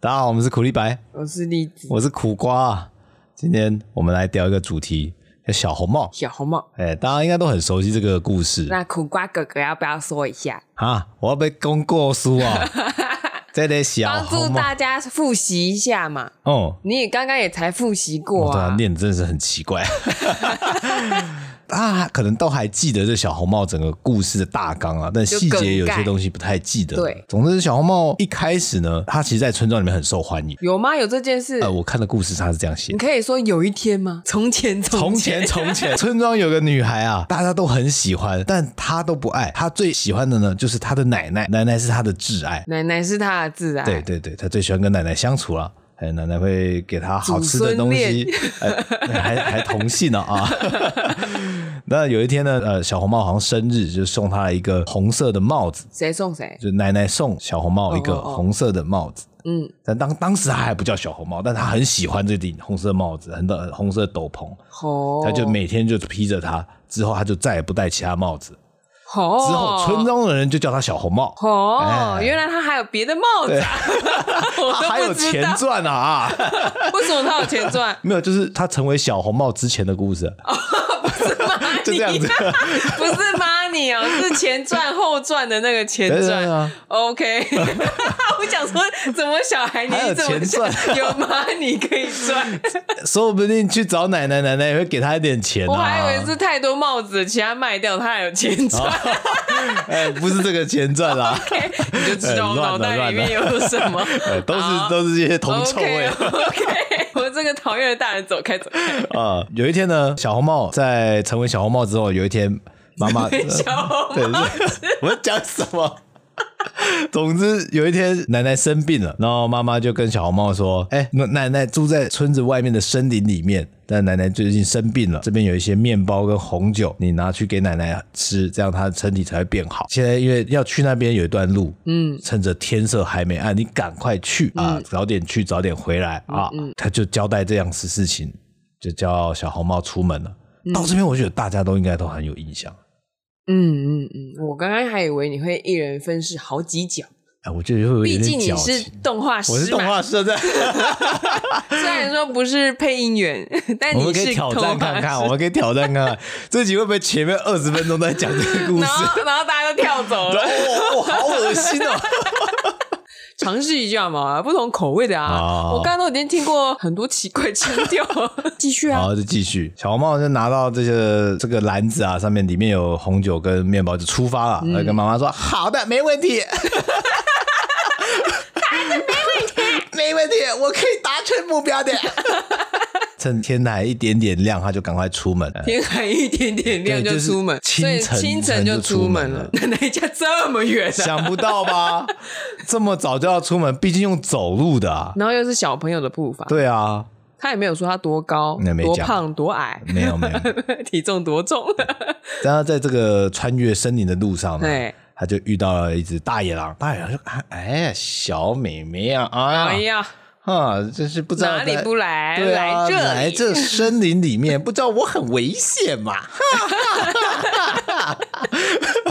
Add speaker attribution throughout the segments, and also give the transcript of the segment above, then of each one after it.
Speaker 1: 大家好，我们是苦力白，
Speaker 2: 我是栗子
Speaker 1: 我是苦瓜、啊。今天我们来聊一个主题，叫小红帽。
Speaker 2: 小红帽。
Speaker 1: 哎、大家应该都很熟悉这个故事
Speaker 2: 那苦瓜哥哥要不要说一下，
Speaker 1: 啊！我要被公过书 啊，这个小
Speaker 2: 帮助
Speaker 1: 红帽。
Speaker 2: 大家复习一下嘛？
Speaker 1: 哦，
Speaker 2: 你也刚刚也才复习
Speaker 1: 我
Speaker 2: 过
Speaker 1: 对
Speaker 2: 啊
Speaker 1: 啊，，念得真的是很奇怪。 大家可能都还记得这小红帽整个故事的大纲啊，但细节有些东西不太记得。
Speaker 2: 就梗概对，
Speaker 1: 总之小红帽一开始呢，他其实在村庄里面很受欢迎。
Speaker 2: 有吗？有这件事？
Speaker 1: 呃，我看的故事他是这样写
Speaker 2: 你。可以说有一天吗？从前，
Speaker 1: 从
Speaker 2: 从
Speaker 1: 前，从前，村庄有个女孩啊， 大家都很喜欢，但她都不爱。她最喜欢的呢，就是她的奶奶，奶奶是她的挚爱。
Speaker 2: 奶奶是他的字啊。
Speaker 1: 对，对对，她最喜欢跟奶奶相处了。哎，奶奶会给她好吃的东西，哎、还还同性呢啊。 那有一天呢，呃，小红帽好像生日，就送她一个红色的帽子，
Speaker 2: 谁送谁？
Speaker 1: 就奶奶送小红帽一个
Speaker 2: 哦哦哦
Speaker 1: 红色的帽子。
Speaker 2: 嗯，
Speaker 1: 但当当时她还不叫小红帽，但她很喜欢这顶红色帽子，很的红色斗篷。
Speaker 2: 哦，
Speaker 1: 他就每天就披着它，之后他就再也不戴其他帽子，
Speaker 2: 哦，
Speaker 1: 之后村庄的人就叫他小红帽，
Speaker 2: 哦，
Speaker 1: 哎
Speaker 2: 原来他还有别的帽子啊， 我
Speaker 1: 他还
Speaker 2: 都
Speaker 1: 有
Speaker 2: 不知
Speaker 1: 钱
Speaker 2: 道，
Speaker 1: 赚啊啊！？
Speaker 2: 为什么他有钱赚
Speaker 1: 没有，就是他成为小红帽之前的 故事，
Speaker 2: 哦
Speaker 1: 就这样子
Speaker 2: 不是 money 哦，是前赚后赚的那个钱
Speaker 1: 对对
Speaker 2: 赚
Speaker 1: 对啊
Speaker 2: OK，我想说，怎么小孩
Speaker 1: 还有
Speaker 2: 你怎么
Speaker 1: 钱
Speaker 2: 想
Speaker 1: 赚
Speaker 2: 有 money 可以赚？
Speaker 1: 说不定去找奶奶，奶奶也会给他一点钱、啊。
Speaker 2: 我还以为是太多帽子，其他卖掉，他还有钱赚。
Speaker 1: 哎，不是这个钱赚啊 啦、
Speaker 2: OK，你就知道我
Speaker 1: 哎乱了
Speaker 2: 脑袋里面有什么。
Speaker 1: 哎都是
Speaker 2: 好
Speaker 1: 都是这些铜臭味
Speaker 2: OK OK，我这个讨厌的大人走开走开。
Speaker 1: 啊、有一天呢，小红帽在成为小红帽之后，有一天妈妈
Speaker 2: 小红
Speaker 1: 对，
Speaker 2: 帽
Speaker 1: 是我讲什么？ 总之有一天奶奶生病了，然后妈妈就跟小红帽说：“哎、奶奶住在村子外面的森林里面，但奶奶最近生病了，这边有一些面包跟红酒，你拿去给奶奶吃，这样她的身体才会变好。现在因为要去那边有一段路，嗯，趁着天色还没暗，你赶快去啊，早点去，早点回来啊。他就交代这样子事情，就叫小红帽出门了。到这边，我觉得大家都应该都很有印象。
Speaker 2: 嗯嗯嗯，我刚刚还以为你会一人分饰好几角，
Speaker 1: 哎，我觉得会有
Speaker 2: 毕
Speaker 1: 点
Speaker 2: 竟你
Speaker 1: 矫
Speaker 2: 是
Speaker 1: 情。
Speaker 2: 动画
Speaker 1: 我是
Speaker 2: 师
Speaker 1: 动
Speaker 2: 嘛。
Speaker 1: 画社 在，
Speaker 2: 虽然说不是配音员，但
Speaker 1: 我们
Speaker 2: 你
Speaker 1: 可以
Speaker 2: 是
Speaker 1: 挑
Speaker 2: 动
Speaker 1: 战
Speaker 2: 画
Speaker 1: 看看，
Speaker 2: 师
Speaker 1: 我们可以挑战看看，这集会不会前面二十分钟都在讲这个故事
Speaker 2: 然？后然后大家都跳走
Speaker 1: 然
Speaker 2: 了，
Speaker 1: 后我我哦好恶心 哦！
Speaker 2: 尝试一下嘛，不同口味的啊。
Speaker 1: 哦
Speaker 2: 我刚刚都已经听过很多奇怪腔 调，继续
Speaker 1: 然
Speaker 2: 啊。
Speaker 1: 后就继续，小红帽就拿到这些这个篮子啊，上面里面有红酒跟面包，就出发了。
Speaker 2: 嗯
Speaker 1: 然后跟妈妈说：“好的，没问 题。”好的，没问题，没问题，我可以达成目 标的。趁天还一点点亮，他就赶快出门。
Speaker 2: 天还一点点亮
Speaker 1: 对
Speaker 2: 就
Speaker 1: 就是
Speaker 2: 出门，
Speaker 1: 清
Speaker 2: 所以
Speaker 1: 晨
Speaker 2: 清晨就
Speaker 1: 就出
Speaker 2: 出门
Speaker 1: 门
Speaker 2: 了
Speaker 1: 了。
Speaker 2: 奶奶家这么远 啊，
Speaker 1: 想不到吧？这么早就要出门，毕竟用走路的啊。
Speaker 2: 然后又是小朋友的步伐，
Speaker 1: 对啊，
Speaker 2: 他也没有说他多高
Speaker 1: 那、没
Speaker 2: 多
Speaker 1: 讲
Speaker 2: 胖、多矮、
Speaker 1: 没有没有。
Speaker 2: 体重多重。
Speaker 1: 然后在这个穿越森林的路上呢
Speaker 2: 对，
Speaker 1: 他就遇到了一只大野狼。大野狼说：“哎哎呀，小美眉啊，
Speaker 2: 哎
Speaker 1: 哎呀，
Speaker 2: 呀，
Speaker 1: 啊，真是不知道
Speaker 2: 哪里
Speaker 1: 在
Speaker 2: 不来
Speaker 1: 对啊，
Speaker 2: 来这里
Speaker 1: 来这森林里面，不知道我很危险嘛。” 哈哈哈哈哈！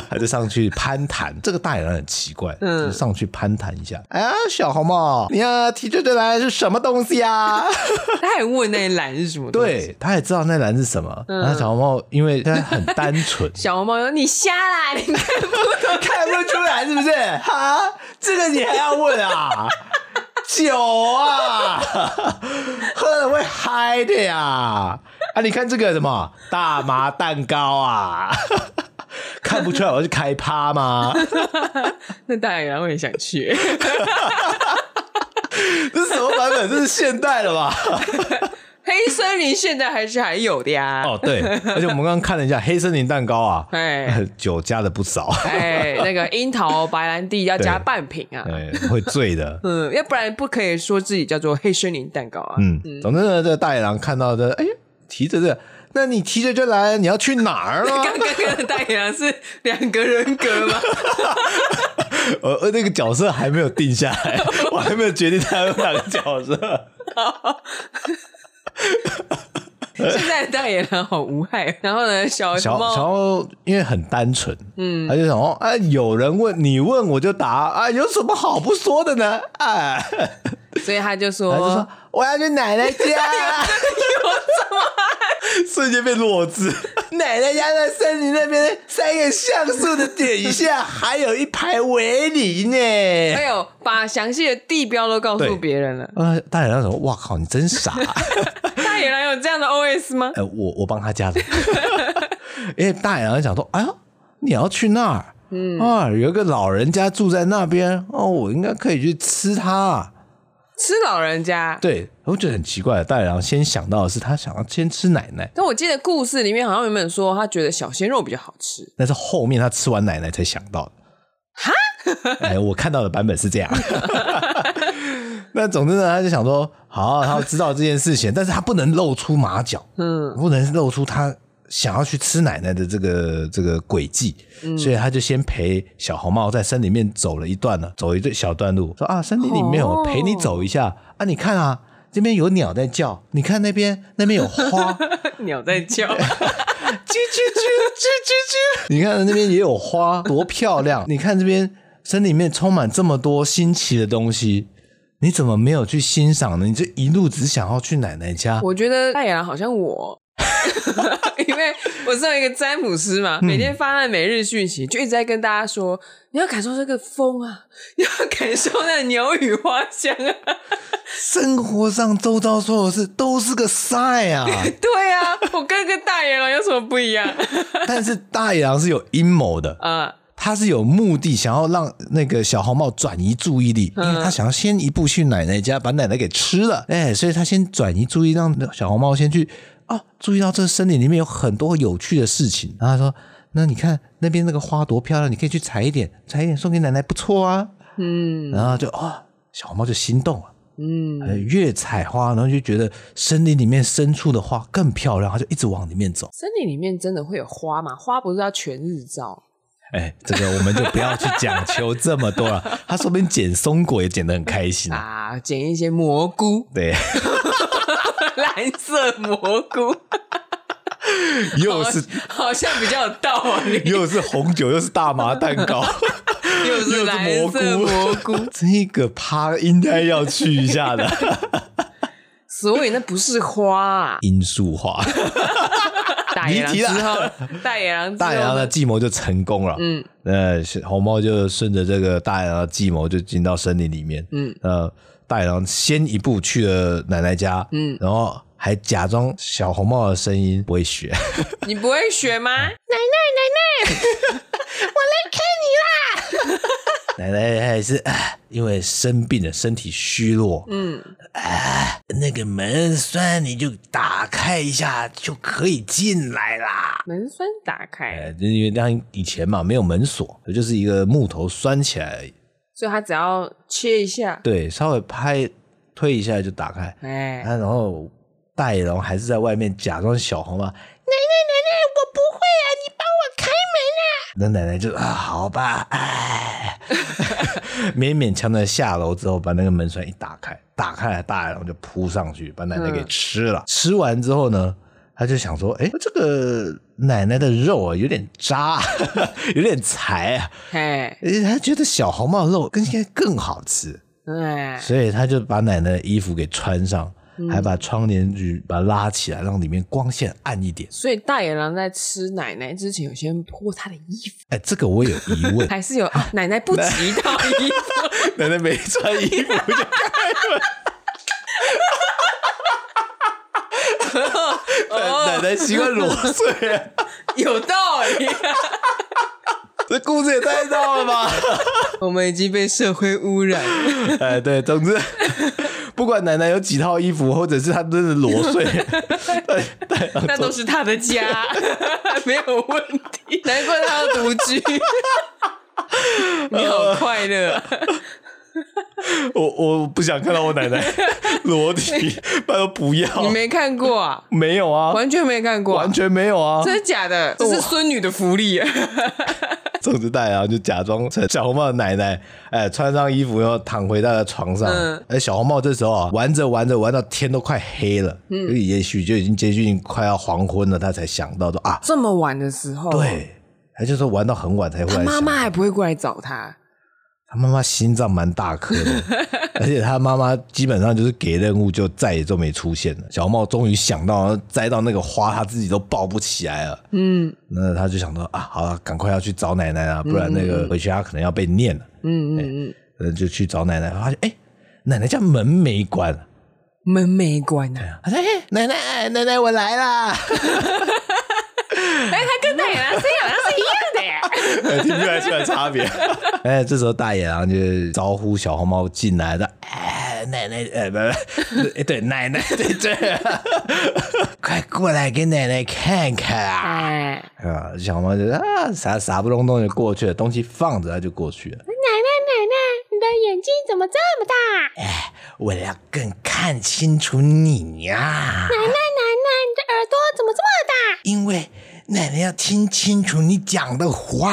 Speaker 1: 他就上去攀谈，这个大野狼很奇怪，
Speaker 2: 嗯
Speaker 1: 就上去攀谈一下。哎呀，小红帽，你要提着这篮是什么东西啊？
Speaker 2: 他还问那蓝是什么？，，
Speaker 1: 对，他也知道那栏是什么。然后小红帽因为他很单纯
Speaker 2: 小红帽说：“你瞎啦，你 看不 懂
Speaker 1: 看不出来是不是？哈，这个你还要问啊？ 酒啊， 喝了会嗨的呀！啊，你看这个什么大麻蛋糕啊， 看不出来我要去开趴吗？
Speaker 2: 那大野狼我也想去。
Speaker 1: 这是什么版本？这是现代的吧？
Speaker 2: 黑森林现在还是还有的呀。
Speaker 1: 哦，对，而且我们刚刚看了一下黑森林蛋糕啊，
Speaker 2: 哎
Speaker 1: 酒加的不少，
Speaker 2: 哎，那个樱桃白兰地要加
Speaker 1: 对
Speaker 2: 半瓶啊，
Speaker 1: 对，哎会醉的。
Speaker 2: 嗯，要不然不可以说自己叫做黑森林蛋糕啊。
Speaker 1: 嗯，总之呢，这个大野狼看到这，哎，提着这，那你提着这来，你要去哪儿啊吗？
Speaker 2: 刚刚 跟大野狼是两个人 格吗？
Speaker 1: 呃呃，那个角色还没有定下来， 我还没有决定他有哪个角色。
Speaker 2: 现在的大野狼好无害。然后呢，小
Speaker 1: 小
Speaker 2: 熊猫
Speaker 1: 小因为很单纯，嗯，他就想啊哦，哎，有人问你问我就答，啊，有什么好不说的呢？哎，
Speaker 2: 所以他就说，
Speaker 1: 然后就说 我要去奶奶 家， 瞬间变弱智。 奶奶家在森林那边三个像素的点下，还有一排围篱 呢
Speaker 2: 还。有哎把详细的地标都告
Speaker 1: 对
Speaker 2: 诉别人了。
Speaker 1: 啊，大奶奶说：“哇靠，你真傻、啊
Speaker 2: 他原来有这样的 OS 吗？
Speaker 1: 呃，我我帮他加的， 因为大野狼想说，哎呀，你要去那儿，嗯啊，有一个老人家住在那边，哦，我应该可以去吃他、啊
Speaker 2: 吃老人家。
Speaker 1: 对，我觉得很奇怪，大野狼先想到的是他想要先吃奶奶，
Speaker 2: 但我记得故事里面好像原本说他觉得小鲜肉比较好 吃，
Speaker 1: 但是后面他吃完奶奶才想到的。哈， 哎，我看到的版本是这样。 那总之呢，他就想说，好，他要知道这件事情，但是他不能露出马脚，嗯，不能露出他想要去吃奶奶的这个这个轨迹，所以他就先陪小红帽在山里面走了一段了，走一段小段路，说啊，山林里面我
Speaker 2: 哦
Speaker 1: 陪你走一下、啊，你看啊，这边有鸟在叫，你看那边那边有花，
Speaker 2: 鸟在叫，
Speaker 1: 啾啾啾啾啾啾！你看那边也有花，多漂亮！你看这边森林里面充满这么多新奇的东西，你怎么没有去欣赏呢？你就一路只想要去奶奶家。
Speaker 2: 我觉得大野狼好像我， 因为我身为一个占卜师嘛，每天发那每日讯息，就一直在跟大家说，你要感受这个风啊， 你要感受那鸟语花香啊。
Speaker 1: 生活上周遭所有事都是个晒 啊！
Speaker 2: 对啊，我跟个大野狼有什么不一样
Speaker 1: 但是大野狼是有阴谋的，
Speaker 2: 啊？
Speaker 1: 他是有目的想要让那个小红帽转移注意力，因为他想要先一步去奶奶家把奶奶给吃了，哎，所以他先转移注意，让小红帽先去啊，注意到这森林里面有很多有趣的事情。然后他说：“那你看那边那个花多漂亮，你可以去采一点，采一点送给奶奶，不错啊。”嗯，然后就啊，小红帽就心动了。嗯，越采花，然后就觉得森林里面深处的花更漂亮，他就一直往里面走。
Speaker 2: 森林里面真的会有花吗？花不是要全日照？
Speaker 1: 哎，这个我们就不要去讲求这么多了。他说不定捡松果也捡得很开心。，
Speaker 2: 啊，捡一些蘑菇
Speaker 1: 对，
Speaker 2: 蓝色蘑 菇，哦
Speaker 1: 又是
Speaker 2: 好像比较有道理，
Speaker 1: 又是红酒，又是大麻蛋糕，
Speaker 2: 又是蓝色蘑菇，
Speaker 1: 这个趴应该要去一下的。
Speaker 2: 所以那不是花、啊。
Speaker 1: 罂粟花，
Speaker 2: 大野狼
Speaker 1: 离题
Speaker 2: 之
Speaker 1: 了
Speaker 2: 后， 大野狼之后，
Speaker 1: 大野狼的计谋就成功了。嗯，呃，红帽就顺着这个大野狼的计谋就进到森林里面。嗯，呃，大野狼先一步去了奶奶家。嗯，然后还假装小红帽的声音不会学。
Speaker 2: 你不会学吗？
Speaker 1: 奶奶还是啊，因为生病了，身体虚弱，嗯，啊，那个门栓你就打开一下就可以进来啦。
Speaker 2: 门栓打开，
Speaker 1: 哎，就是因为像以前嘛，没有门锁，就是一个木头拴起来而已，
Speaker 2: 所以他只要切一下，
Speaker 1: 对，稍微拍推一下就打开。
Speaker 2: 哎，
Speaker 1: 啊，然后大野狼还是在外面假装小红帽，奶奶奶奶，我不会啊，你帮我开门啊。那奶奶就啊，好吧，哎， 勉勉强强地下楼之后，把那个门栓一打开，打开来，大野狼就扑上去，把奶奶给吃了。吃完之后呢？他就想说，哎，这个奶奶的肉啊，有 点渣，有点柴啊，
Speaker 2: 哎，
Speaker 1: 而且他觉得小红帽肉更应该更好吃。
Speaker 2: 哎，
Speaker 1: 所以他就把奶奶的衣服给穿上，
Speaker 2: 嗯
Speaker 1: 还把窗帘举把它拉起来，让里面光线暗一点。
Speaker 2: 所以大野狼在吃奶奶之前，有先脱他的衣服，，
Speaker 1: 哎，这个我有疑问
Speaker 2: 还是有 啊？奶奶不及到衣 服，
Speaker 1: 奶奶没穿衣 服就开
Speaker 2: 哦
Speaker 1: 门。奶 奶习惯裸睡、啊，
Speaker 2: 有道理、啊。
Speaker 1: 这故事也太闹了吧！
Speaker 2: 我们已经被社会污染，
Speaker 1: 哎，对，总之 不管奶奶有几套衣服，或者是她真的裸 睡，
Speaker 2: 那都是他的家， 没有问题。 难怪他要独 居。你好快乐啊，
Speaker 1: 我我不想看到我奶奶裸 体，拜托不要，
Speaker 2: 你没看过啊？
Speaker 1: 没有啊，
Speaker 2: 完全没看过啊、
Speaker 1: 完全没有啊，
Speaker 2: 真的假的？这是孙女的福利、啊。
Speaker 1: 粽子带啊，就假装成小红帽的奶奶，哎，穿上衣服然后躺回她的床上。
Speaker 2: 嗯
Speaker 1: 哎，小红帽这时候啊，玩着玩着玩到天都快黑了，嗯，也许就已经接近快要黄昏了，他才想到说啊，
Speaker 2: 这么晚的时候，，
Speaker 1: 对，他就说玩到很晚才会
Speaker 2: 他
Speaker 1: 来
Speaker 2: 哦妈
Speaker 1: 想
Speaker 2: 妈。还不会过来找他，
Speaker 1: 他妈妈心脏蛮大颗 的，而且他妈妈基本上就是给任务就再也就没出现了。小茂终于想到摘到那个花，他自己都抱不起来了。
Speaker 2: 嗯
Speaker 1: 那他就想到啊，好了，赶快要去找奶奶啊，不然那个回去他可能要被念了。
Speaker 2: 嗯嗯嗯，
Speaker 1: 呃，就去找奶奶，发现哎、奶奶家门没关。
Speaker 2: 门没关啊。
Speaker 1: 他说：“哎、奶奶，奶奶，我来 啦！”
Speaker 2: 哎，他跟大野狼 C 好像是一样的耶。
Speaker 1: 呃听不出来出来差别。 哎、这时候大野狼就招呼小红帽进来的，哎，奶奶，呃，不不，哎，对，奶奶，对对， 快过来给奶奶看看啊！
Speaker 2: 哎，
Speaker 1: 啊，小红帽就啊傻傻不隆咚就过去了，东西放着他就过去了。
Speaker 3: 奶奶，奶奶，你的眼睛怎么这么大？奶
Speaker 1: 为了哎要更看清楚你呀、
Speaker 3: 奶，奶奶，你的耳朵怎么这么大？
Speaker 1: 因为奶奶要听清楚你讲的话。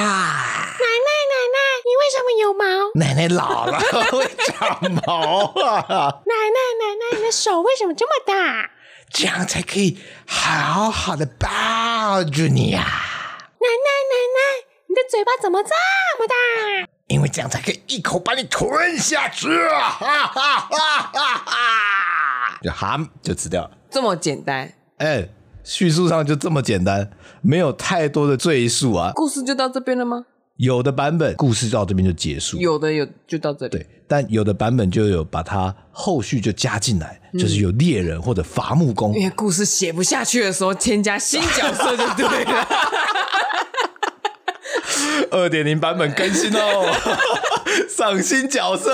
Speaker 3: 奶奶，奶奶，你为什么有毛？
Speaker 1: 奶奶老了会长毛啊，
Speaker 3: 奶奶，奶奶，你的手为什么这么大？
Speaker 1: 这样才可以好好的抱住你呀、
Speaker 3: 奶奶，奶奶，你的嘴巴怎么这么大？
Speaker 1: 因为这样才可以一口把你吞下去。哈哈哈哈哈！就含就吃掉了。
Speaker 2: 这么简单，
Speaker 1: 哎，叙述上就这么简单，没有太多的赘述啊。
Speaker 2: 故事就到这边了吗？
Speaker 1: 有的版本故事到这边就结束，
Speaker 2: 有的有，就到这里。
Speaker 1: 对，但有的版本就有把它后续就加进来，就是有猎人或者伐木 工。
Speaker 2: 因为故事写不下去的时候，添加新角色就对了。
Speaker 1: 二点零版本更新哦，赏新角色。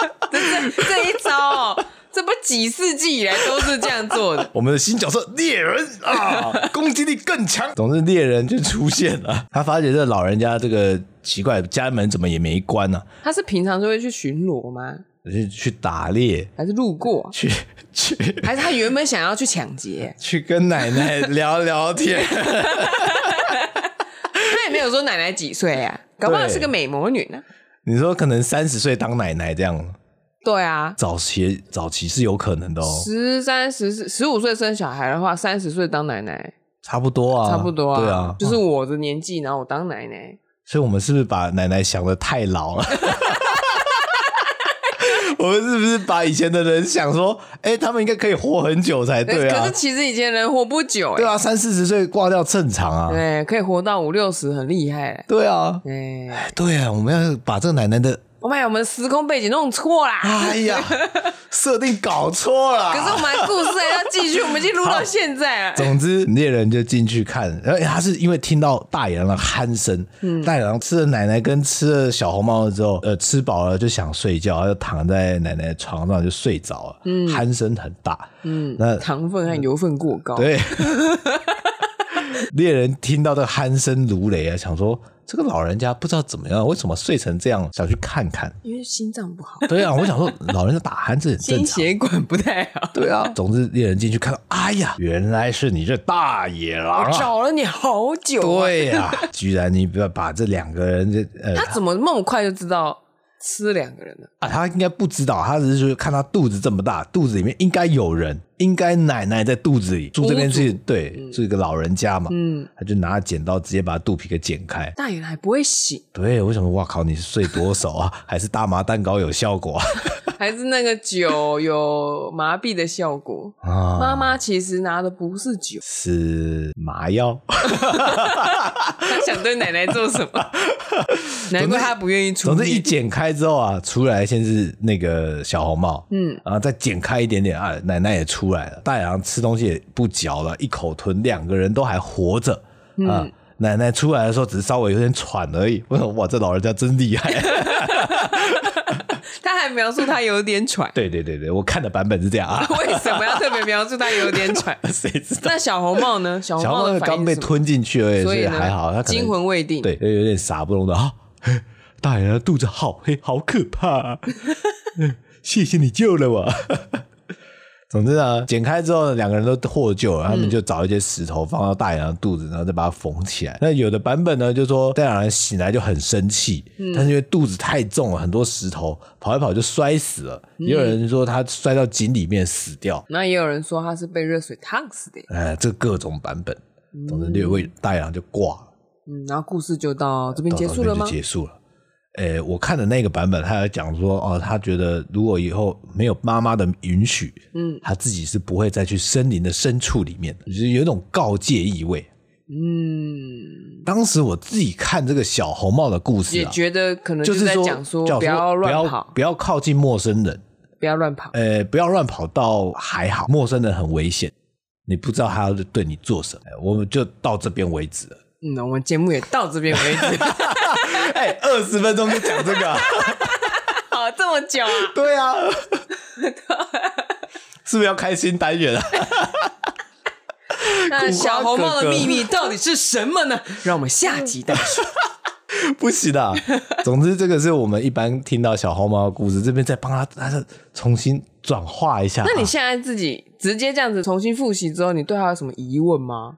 Speaker 2: 这一招哦，这不几世纪以来都是这样做的。
Speaker 1: 我们的新角色猎人啊， 攻击力更强。总之，猎人就出现了。 他发觉这老人家这个奇怪，家门怎么也没关呢、
Speaker 2: 他是平常就会去巡逻吗？
Speaker 1: 啊？去去打猎，
Speaker 2: 还是路过？
Speaker 1: 去去
Speaker 2: 还是他原本想要去抢劫？
Speaker 1: 去跟奶奶聊聊 天。
Speaker 2: 他也没有说奶奶几岁啊，搞不好是个美魔女呢。
Speaker 1: 你说可能三十岁当奶奶这样，
Speaker 2: 对啊，
Speaker 1: 早期早期是有可能的哦，
Speaker 2: 十三、十四、十五岁生小孩的话，三十岁当奶奶，
Speaker 1: 差不多啊，
Speaker 2: 差不多啊。
Speaker 1: 对啊，
Speaker 2: 就是我的年纪，然后我当奶奶。
Speaker 1: 所以我们是不是把奶奶想的太老了？ 我们是不是把以前的人想说，哎、他们应该可以活很久才对
Speaker 2: 可
Speaker 1: 啊
Speaker 2: 是？其实以前人活不久、欸，
Speaker 1: 对啊，三四十岁挂掉正常啊。
Speaker 2: 对，可以活到五六十，很厉害、欸。
Speaker 1: 对啊，
Speaker 2: 哎，
Speaker 1: 对啊，我们要把这个奶奶 的，
Speaker 2: 我把我们的时空背景弄错啦。
Speaker 1: 哎呀，设定搞错了。
Speaker 2: 啊可是我们的故事还要继续，我们已经录到现在了。
Speaker 1: 总之，猎人就进去看，而且他是因为听到大野狼的鼾声，
Speaker 2: 嗯
Speaker 1: 大野狼吃了奶奶跟吃了小红帽之后，呃，吃饱了就想睡觉，他就躺在奶奶床上就睡着了，鼾声很大，
Speaker 2: 嗯
Speaker 1: 那，
Speaker 2: 糖分和油分过高。
Speaker 1: 对。猎人听到这个鼾声如雷啊，想说这个老人家不知道怎么样，为什么睡成这样，想去看看。
Speaker 2: 因为心脏不好，
Speaker 1: 对啊，我想说老人家打鼾这很正
Speaker 2: 心
Speaker 1: 常。
Speaker 2: 血管不太好。
Speaker 1: 对啊，总之猎人进去看到，哎呀，原来是你这大野狼
Speaker 2: 我
Speaker 1: 啊！
Speaker 2: 找了你好久、啊。
Speaker 1: 对呀、居然你不要把这两个人这呃
Speaker 2: 他怎么那么快就知道吃两个人呢？
Speaker 1: 啊，他应该不知道，他只是说看他肚子这么大，肚子里面应该有人，应该奶奶在肚子里住这边
Speaker 2: 屋
Speaker 1: 是
Speaker 2: 主
Speaker 1: 对，是一个老人家嘛，
Speaker 2: 嗯，
Speaker 1: 他就拿剪刀直接把肚皮给剪开。
Speaker 2: 大原来不会醒，
Speaker 1: 对，为什么？哇靠！你是睡多少啊？还是大麻蛋糕有效果啊
Speaker 2: 还是那个酒有麻痹的效果？
Speaker 1: 啊？啊
Speaker 2: 妈妈其实拿的不是酒，
Speaker 1: 是麻药。
Speaker 2: 她想对奶奶做什 么？难怪她不愿意出
Speaker 1: 总之一
Speaker 2: 面。
Speaker 1: 剪开之后啊，出来先是那个小红帽，
Speaker 2: 嗯，
Speaker 1: 然后再剪开一点点啊，奶奶也出来了。大野狼吃东西也不嚼了，一口吞，两个人都还活着
Speaker 2: 嗯
Speaker 1: 啊。奶奶出来的时候只是稍微有点喘而已。 我说哇，这老人家真厉 害。，
Speaker 2: 她还描述她有点喘，
Speaker 1: 对对对对，我看的版本是这样啊
Speaker 2: 为什么要特别描述她有点 喘？
Speaker 1: 谁知道？
Speaker 2: 那小红帽呢？小红
Speaker 1: 小
Speaker 2: 帽
Speaker 1: 红
Speaker 2: 的
Speaker 1: 帽
Speaker 2: 反应
Speaker 1: 刚被
Speaker 2: 是什么，
Speaker 1: 吞进去而已，
Speaker 2: 所以
Speaker 1: 以
Speaker 2: 呢
Speaker 1: 还好，他可能
Speaker 2: 惊魂未定。，
Speaker 1: 对，有点傻不隆的啊。嘿大人，肚子好黑，好可怕、啊。嗯谢谢你救了我。 总之呢，剪开之后，两个人都获救了。他们就找一些石头放到大野狼的肚子，然后再把它缝起来。那有的版本呢，就说大野狼醒来就很生气，但是因为肚子太重了，很多石头跑一跑就摔死了。也有人说他摔到井里面死掉。
Speaker 2: 那也有人说她是被热水烫死的。
Speaker 1: 哎，这各种版本，总之略为大野狼就挂了。
Speaker 2: 嗯，然后故事就到这边
Speaker 1: 到
Speaker 2: 结
Speaker 1: 这
Speaker 2: 束
Speaker 1: 边
Speaker 2: 了
Speaker 1: 就
Speaker 2: 吗？
Speaker 1: 结束了。诶，我看的那个版本，他有讲说，哦，他觉得如果以后没有妈妈的允许，嗯，他自己是不会再去森林的深处里面的，就是有一种告诫意味。
Speaker 2: 嗯，
Speaker 1: 当时我自己看这个小红帽的故事、
Speaker 2: 也
Speaker 1: 啊，
Speaker 2: 觉得可能
Speaker 1: 就是
Speaker 2: 在
Speaker 1: 说
Speaker 2: 讲说
Speaker 1: 叫
Speaker 2: 不要
Speaker 1: 不
Speaker 2: 乱
Speaker 1: 要
Speaker 2: 跑，
Speaker 1: 不要靠近陌生人，
Speaker 2: 不要乱跑。
Speaker 1: 呃，不要乱跑到还好，陌生人很危险，你不知道他要对你做什么，呃我们就到这边为 止了。
Speaker 2: 嗯，我们节目也到这边为 止，
Speaker 1: 哎、二十分钟就讲这个、啊，
Speaker 2: 好这么久 啊，
Speaker 1: 对啊， 是不是要开新单元啊？
Speaker 2: 那小红帽
Speaker 1: 哥
Speaker 2: 的
Speaker 1: 哥
Speaker 2: 秘密到底是什么呢？ 让我们下集再说。
Speaker 1: 不行的、啊。总之，这个是我们一般听到小红帽的故事，这边再帮他，他是重新转化一下、啊。
Speaker 2: 那你现在自己直接这样子重新复习之后，你对他有什么疑问吗？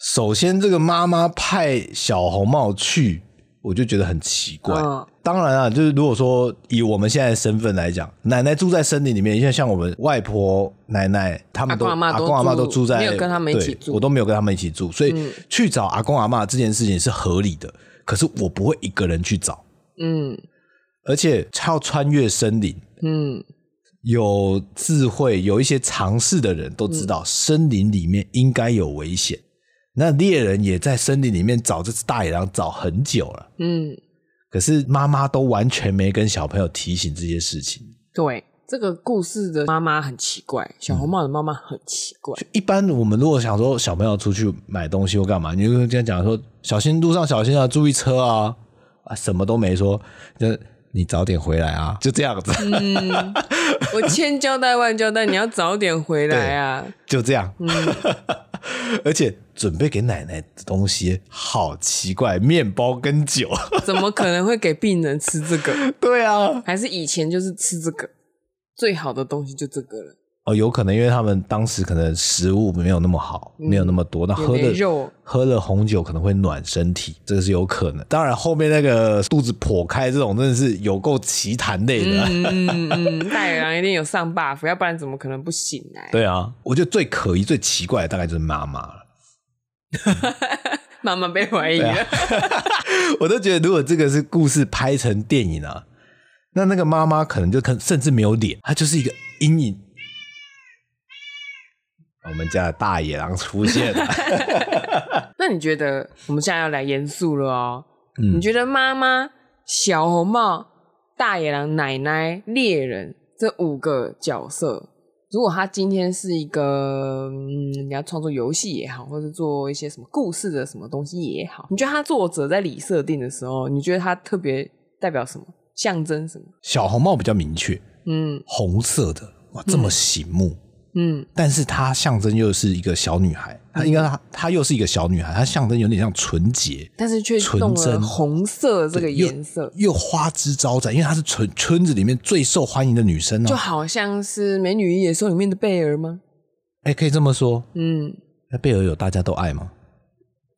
Speaker 1: 首先，这个妈妈派小红帽去，我就觉得很奇怪。
Speaker 2: 嗯
Speaker 1: 当然啊，就是如果说以我们现在的身份来讲，奶奶住在森林里面，因为像我们外婆、奶奶他们都
Speaker 2: 阿公阿嬷都
Speaker 1: 公阿嬷都
Speaker 2: 住
Speaker 1: 住在，
Speaker 2: 没有跟他们一起
Speaker 1: 对
Speaker 2: 住
Speaker 1: 我都没有跟他们一起住，所以
Speaker 2: 嗯
Speaker 1: 去找阿公阿嬷这件事情是合理的。可是我不会一个人去找，
Speaker 2: 嗯
Speaker 1: 而且要穿越森林，
Speaker 2: 嗯，
Speaker 1: 有智慧、有一些常识的人都知道，森林里面应该有危险。那猎人也在森林里面找这只大野狼找很久了，
Speaker 2: 嗯，
Speaker 1: 可是妈妈都完全没跟小朋友提醒这些事情。
Speaker 2: 对，这个故事的妈妈很奇怪，小红帽的妈妈很奇 怪。
Speaker 1: 一般我们如果想说小朋友出去买东西或干嘛，你就跟他讲说小心路上小心啊，注意车啊，啊什么都没说，就你早点回来啊，就这样子，
Speaker 2: 嗯，我千交代万交代，你要早点回来啊。
Speaker 1: 就这样。 而且准备给奶奶的东西好奇怪，面包跟酒。
Speaker 2: 怎么可能会给病人吃这个？
Speaker 1: 对啊，
Speaker 2: 还是以前就是吃这个最好的东西就这个了，
Speaker 1: 哦，有可能因为他们当时可能食物没有那么好，没有那么多，那
Speaker 2: 也
Speaker 1: 喝
Speaker 2: 没
Speaker 1: 的
Speaker 2: 嗯肉
Speaker 1: 喝了红酒可能会暖身体，这个是有可能。当然，后面那个肚子破开这种真的是有够奇谈类的。
Speaker 2: 嗯嗯，大野狼一定有上 buff，要不然怎么可能不醒来？
Speaker 1: 对啊，我觉得最可疑、最奇怪的大概就是妈妈了。
Speaker 2: 妈妈被怀疑
Speaker 1: 对
Speaker 2: 了，
Speaker 1: 啊， 我都觉得如果这个是故事拍成电影啊，那那个妈妈可能就可甚至没有脸，她就是一个阴影。我们家的大野狼出现了，
Speaker 2: 那你觉得我们现在要来严肃了哦？
Speaker 1: 嗯
Speaker 2: 你觉得妈妈、小红帽、大野狼、奶奶、猎人这五个角色，如果他今天是一个，嗯，你要创作游戏也好，或者做一些什么故事的什么东西也好，你觉得他作者在理设定的时候，你觉得他特别代表什么？象征什么？
Speaker 1: 小红帽比较明确，
Speaker 2: 嗯
Speaker 1: 红色的，哇，这么醒目。
Speaker 2: 嗯
Speaker 1: 但是它象征又是一个小女孩，她应该她她又是一个小女孩，她象征有点像纯洁，
Speaker 2: 但是却
Speaker 1: 纯
Speaker 2: 动了
Speaker 1: 真
Speaker 2: 红色这个
Speaker 1: 对又
Speaker 2: 颜色，
Speaker 1: 又花枝招展，因为她是村村子里面最受欢迎的女生
Speaker 2: 就
Speaker 1: 啊。
Speaker 2: 好像是《美女与野兽》里面的贝尔吗？
Speaker 1: 哎，可以这么说，
Speaker 2: 嗯，
Speaker 1: 那贝尔有大家都爱吗？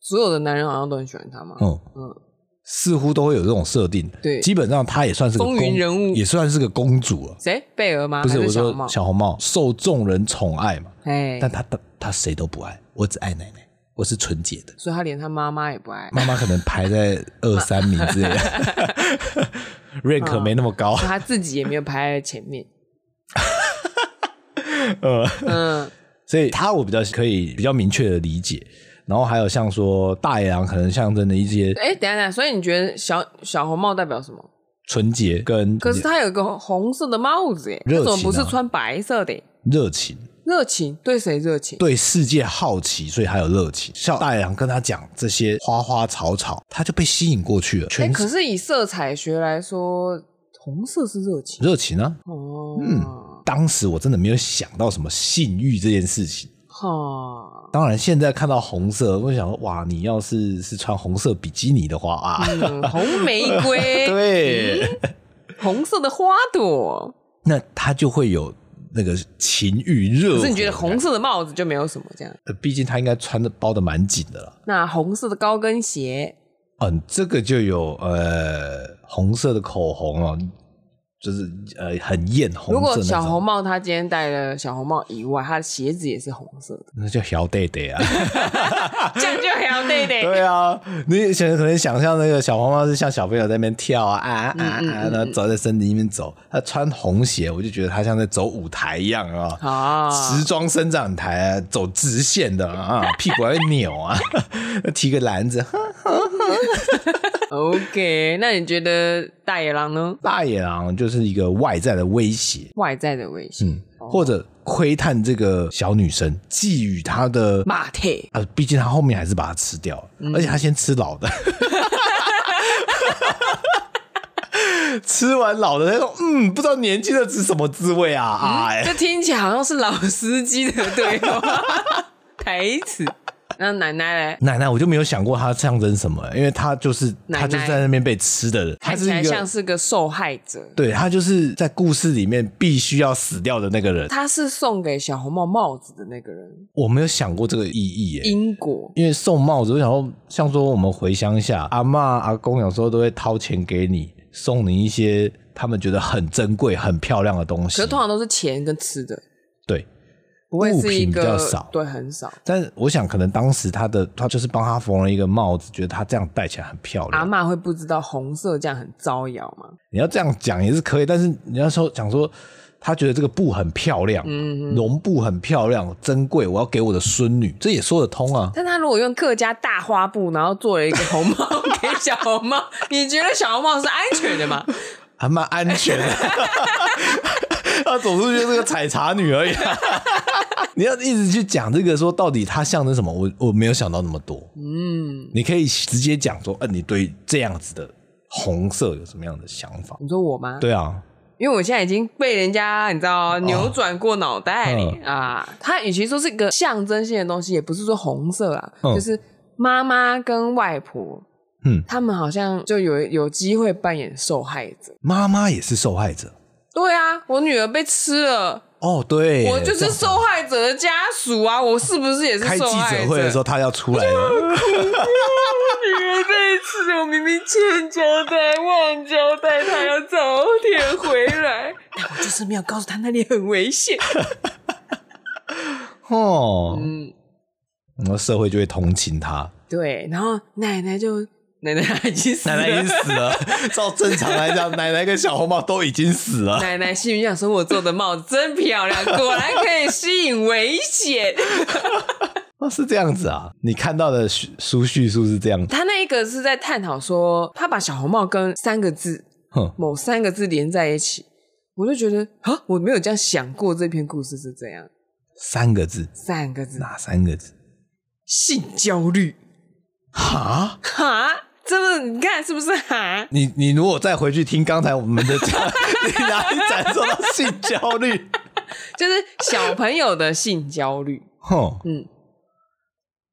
Speaker 2: 所有的男人好像都很喜欢他嘛。
Speaker 1: 嗯
Speaker 2: 嗯
Speaker 1: 似乎都会有这种设定。
Speaker 2: 对
Speaker 1: 基本上她也算是个
Speaker 2: 风云
Speaker 1: 公
Speaker 2: 人物
Speaker 1: 也算是个公主了。
Speaker 2: 谁？贝尔吗？
Speaker 1: 不是
Speaker 2: 还
Speaker 1: 我
Speaker 2: 是小
Speaker 1: 说
Speaker 2: 红帽？
Speaker 1: 小红帽受众人宠爱嘛，
Speaker 2: 哎，
Speaker 1: 但她她她谁都不爱，我只爱奶奶，我是纯洁的。
Speaker 2: 所以他连他妈妈也不爱，
Speaker 1: 妈妈可能排在二三名之类 的，rank
Speaker 2: 嗯
Speaker 1: 没那么高。
Speaker 2: 他自己也没有排在前面。
Speaker 1: 呃，
Speaker 2: 嗯
Speaker 1: 所以他我比较可以比较明确的理解。然后还有像说大野狼可能象征的一些
Speaker 2: 哎、等一下等一下，所以你觉得小小红帽代表什么？
Speaker 1: 纯洁跟
Speaker 2: 可是他有一个红色的帽子耶，
Speaker 1: 热
Speaker 2: 为
Speaker 1: 情啊
Speaker 2: 什么不是穿白色的耶？
Speaker 1: 热情，
Speaker 2: 热情对谁热情？
Speaker 1: 对世界好奇，所以还有热情。像大野狼跟他讲这些花花草草，他就被吸引过去了。
Speaker 2: 哎、
Speaker 1: 全
Speaker 2: 可是以色彩学来说，红色是热情
Speaker 1: 热情啊！
Speaker 2: 哦。
Speaker 1: 当时我真的没有想到什么性欲这件事情。
Speaker 2: 哈，
Speaker 1: 当然，现在看到红色，我就想说，哇，你要是是穿红色比基尼的话啊，
Speaker 2: 嗯，红玫瑰，
Speaker 1: 对，
Speaker 2: 红色的花朵。
Speaker 1: 那他就会有那个情欲热火感。
Speaker 2: 可是你觉得红色的帽子就没有什么这样？
Speaker 1: 呃，毕竟他应该穿的包的蛮紧的了。
Speaker 2: 那红色的高跟鞋，
Speaker 1: 嗯，这个就有呃红色的口红哦，就是呃很艳红色那种。
Speaker 2: 如果小红帽她今天戴了小红帽以外，她的鞋子也是红色的，
Speaker 1: 那叫小弟弟啊，
Speaker 2: 这样就还要对对
Speaker 1: 对啊，你以前可能想象那个小黄猫是像小朋友在那边跳啊啊啊啊，然后走在森林里面走。他穿红鞋，我就觉得他像在走舞台一样啊。
Speaker 2: 啊，
Speaker 1: 时装伸展台啊，走直线的啊，屁股还会扭啊， 提个篮子， 哼
Speaker 2: OK，那你觉得大野狼呢？
Speaker 1: 大野狼就是一个外在的威胁，
Speaker 2: 外在的危险，
Speaker 1: 嗯，或者窥探这个小女生，寄予她的
Speaker 2: 马腿
Speaker 1: 啊，毕竟他后面还是把它吃掉了，
Speaker 2: 嗯
Speaker 1: 而且他先吃老的， 吃完老的，他说：“嗯，不知道年轻的是什么滋味啊！”哎、
Speaker 2: 嗯这听起来好像是老司机的 对话台词。那奶奶嘞，
Speaker 1: 奶奶，我就没有想过他象征什么，因为他就是
Speaker 2: 奶奶
Speaker 1: 他就是在那边被吃的人，他
Speaker 2: 看
Speaker 1: 是
Speaker 2: 起来
Speaker 1: 一
Speaker 2: 像
Speaker 1: 个
Speaker 2: 是个受害者。
Speaker 1: 对他就是在故事里面必须要死掉的那个人。
Speaker 2: 他是送给小红帽帽子的那个人，
Speaker 1: 我没有想过这个意义耶、
Speaker 2: 英国
Speaker 1: 因为送帽子，我想说，像说我们回乡下，阿嬷阿公有时候都会掏钱给你，送你一些他们觉得很珍贵、很漂亮的东
Speaker 2: 可
Speaker 1: 西
Speaker 2: 是。通常都是钱跟吃的，
Speaker 1: 对，
Speaker 2: 不会
Speaker 1: 物
Speaker 2: 是一
Speaker 1: 品比
Speaker 2: 个
Speaker 1: 较少。
Speaker 2: 对，很少。
Speaker 1: 但是我想，可能当时他的他就是帮他缝了一个帽子，觉得他这样戴起来很漂
Speaker 2: 阿
Speaker 1: 亮。
Speaker 2: 嬷会不知道红色这样很招摇吗？
Speaker 1: 你要这样讲也是可以，但是你要说讲说，他觉得这个布很漂亮，
Speaker 2: 嗯
Speaker 1: 绒布很漂亮，珍贵，我要给我的孙女，这也说得通啊。
Speaker 2: 但他如果用客家大花布，然后做了一个红帽 给小红帽，你觉得小红帽是安全的吗？
Speaker 1: 还蛮安全的。 他总是就是个采茶女而已、 你要一直去讲这个，说到底它象征什么？我我没有想到那么多。嗯，你可以直接讲说，呃，你对这样子的红色有什么样的想法？
Speaker 2: 你说我吗？
Speaker 1: 对啊，
Speaker 2: 因为我现在已经被人家你知道扭转过脑袋里、啊，它与其说是一个象征性的东西，也不是说红色啊，
Speaker 1: 嗯
Speaker 2: 就是妈妈跟外婆，
Speaker 1: 嗯
Speaker 2: 他们好像就有有机会扮演受害者。
Speaker 1: 妈妈也是受害者。
Speaker 2: 对啊，我女儿被吃了，
Speaker 1: 哦，对，
Speaker 2: 我就是
Speaker 1: 这样
Speaker 2: 受害者的家属啊，我是不是也是
Speaker 1: 开
Speaker 2: 受
Speaker 1: 记
Speaker 2: 害
Speaker 1: 者会的时候，他要出来了。
Speaker 2: 女儿被吃，我明明欠交代、忘交代，她要早点回来， 但我就是没有告诉她那里很危险。
Speaker 1: 哦，
Speaker 2: 嗯。
Speaker 1: 然后社会就会同情 他。
Speaker 2: 对，然后奶奶就奶奶已经死了，
Speaker 1: 奶奶已经死了，照正常来讲，奶奶跟小红帽都已经死了。
Speaker 2: 奶奶心里想说：“我做的帽子真漂亮，果然可以吸引危险。
Speaker 1: 哦，是这样子啊，你看到的叙书叙述是这样”子，
Speaker 2: 他那一个是在探讨说，他把小红帽跟三个字
Speaker 1: 哼，
Speaker 2: 某三个字连在一起，我就觉得啊，我没有这样想过这篇故事是这样。
Speaker 1: 三个字，
Speaker 2: 三个字，
Speaker 1: 哪三个字？
Speaker 2: 性焦虑，
Speaker 1: 哈，
Speaker 2: 哈，真的，你看是不是哈？
Speaker 1: 你你如果再回去听刚才我们的讲， 你哪里感受到性焦虑？
Speaker 2: 就是小朋友的性焦虑，
Speaker 1: 哼，
Speaker 2: 嗯，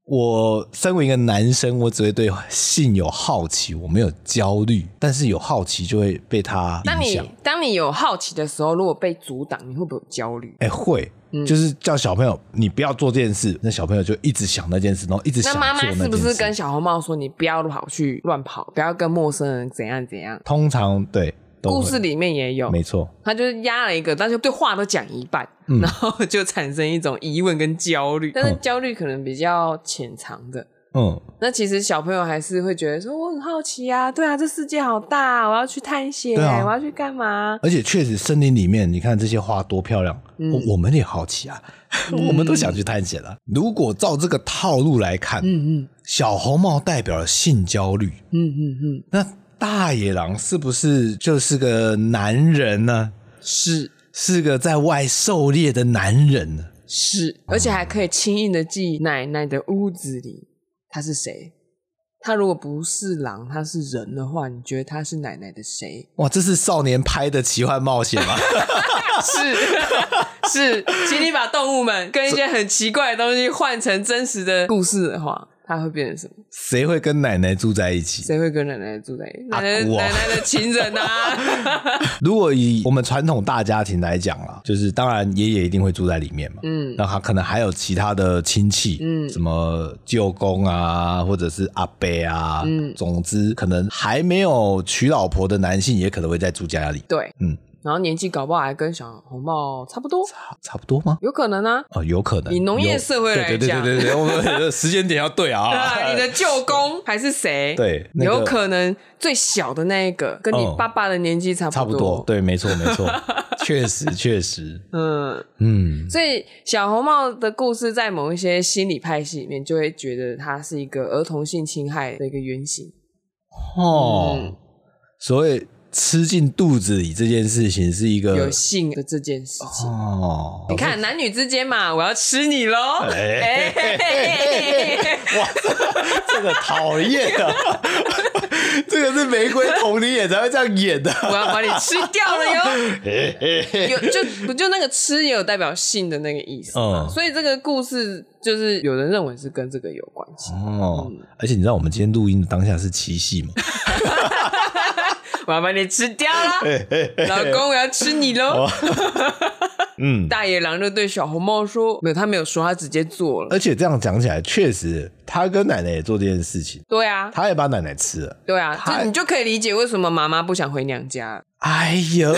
Speaker 1: 我身为一个男生，我只会对性有好奇，我没有焦虑，但是有好奇就会被他
Speaker 2: 当
Speaker 1: 影响
Speaker 2: 你。当你有好奇的时候，如果被阻挡，你会不会有焦虑？
Speaker 1: 哎、会，
Speaker 2: 嗯
Speaker 1: 就是叫小朋友你不要做这件事，那小朋友就一直想那件事，然后一直想
Speaker 2: 那
Speaker 1: 做
Speaker 2: 妈
Speaker 1: 那
Speaker 2: 妈
Speaker 1: 件事。
Speaker 2: 是不是跟小红帽说你不要跑去乱跑，不要跟陌生人怎样怎样？
Speaker 1: 通常对都
Speaker 2: 故
Speaker 1: 会
Speaker 2: 事里面也有，
Speaker 1: 没错，
Speaker 2: 他就是压了一个，但是对话都讲一半，然后就产生一种疑问跟焦虑。但是焦虑可能比较浅尝的。
Speaker 1: 嗯。
Speaker 2: 那其实小朋友还是会觉得说，我很好奇啊，对啊，这世界好大，我要去探险，
Speaker 1: 对啊
Speaker 2: 我要去干嘛？
Speaker 1: 而且确实，森林里面你看这些花多漂亮，
Speaker 2: 嗯
Speaker 1: 我我们也好奇啊，我们都想去探险啊。如果照这个套路来看，
Speaker 2: 嗯嗯
Speaker 1: 小红帽代表了性焦虑，
Speaker 2: 嗯嗯嗯，
Speaker 1: 那大野狼是不是就是个男人呢？
Speaker 2: 是
Speaker 1: 是个在外狩猎的男人呢？
Speaker 2: 是，而且还可以轻易的进奶奶的屋子里。他是谁？他如果不是狼，他是人的话，你觉得他是奶奶的谁？
Speaker 1: 哇，这是少年拍的奇幻冒险吗？
Speaker 2: 是是，请你把动物们跟一些很奇怪的东西换成真实的故事的话，它会变成什么？
Speaker 1: 谁会跟奶奶住在一起？
Speaker 2: 谁会跟奶奶住在一起？奶奶、
Speaker 1: 阿姑哦
Speaker 2: 奶奶的情人 啊？
Speaker 1: 如果以我们传统大家庭来讲啦，就是当然爷爷一定会住在里面嘛，
Speaker 2: 嗯
Speaker 1: 那他可能还有其他的亲戚，
Speaker 2: 嗯
Speaker 1: 什么舅公啊，或者是阿伯啊，
Speaker 2: 嗯
Speaker 1: 总之可能还没有娶老婆的男性也可能会再住家里，
Speaker 2: 对，
Speaker 1: 嗯，
Speaker 2: 然后年纪搞不好还跟小红帽差不多，
Speaker 1: 差不多吗？
Speaker 2: 有可能啊。
Speaker 1: 哦，有可能。
Speaker 2: 以农业
Speaker 1: 有
Speaker 2: 社会来
Speaker 1: 对对对
Speaker 2: 讲
Speaker 1: 对对对，我们 的时间点要对啊。
Speaker 2: 对啊，你的舅公还是谁？，
Speaker 1: 对，那个
Speaker 2: 有可能最小的那一个跟你
Speaker 1: 嗯
Speaker 2: 爸爸的年纪差
Speaker 1: 差不多。对，没错没 错，确实确实，
Speaker 2: 嗯，
Speaker 1: 嗯，
Speaker 2: 所以小红帽的故事在某一些心理派系里面，就会觉得它是一个儿童性侵害的一个原型。
Speaker 1: 哦，
Speaker 2: 嗯
Speaker 1: 所以吃进肚子里这件事情是一
Speaker 2: 有
Speaker 1: 个
Speaker 2: 性的这件事情。
Speaker 1: 呃哦，
Speaker 2: 你看男女之间嘛，我要吃你哎喽！
Speaker 1: 哎 哇，这个讨厌啊！ 这个是玫瑰童林演才会这样演啊的。
Speaker 2: 我要把你吃掉了哟！有就不就那个吃也有代表性的那个意思嘛，
Speaker 1: 嗯
Speaker 2: 所以这个故事就是有人认为是跟这个有关系。
Speaker 1: 哦，而且你知道我们今天录音的当下是七夕 吗？
Speaker 2: 我要把你吃掉啦，
Speaker 1: 哎
Speaker 2: 老公，我要吃你
Speaker 1: 哦
Speaker 2: 喽！
Speaker 1: 嗯，
Speaker 2: 大野狼就对小红帽说：“没有，他没有说，他直接做了。
Speaker 1: 而且这样讲起来，确实他跟奶奶也做这件事情”，
Speaker 2: 对啊，
Speaker 1: 他也把奶奶吃了。
Speaker 2: 对啊，
Speaker 1: 他
Speaker 2: 这你就可以理解为什么妈妈不想回娘家了。
Speaker 1: 哎呦，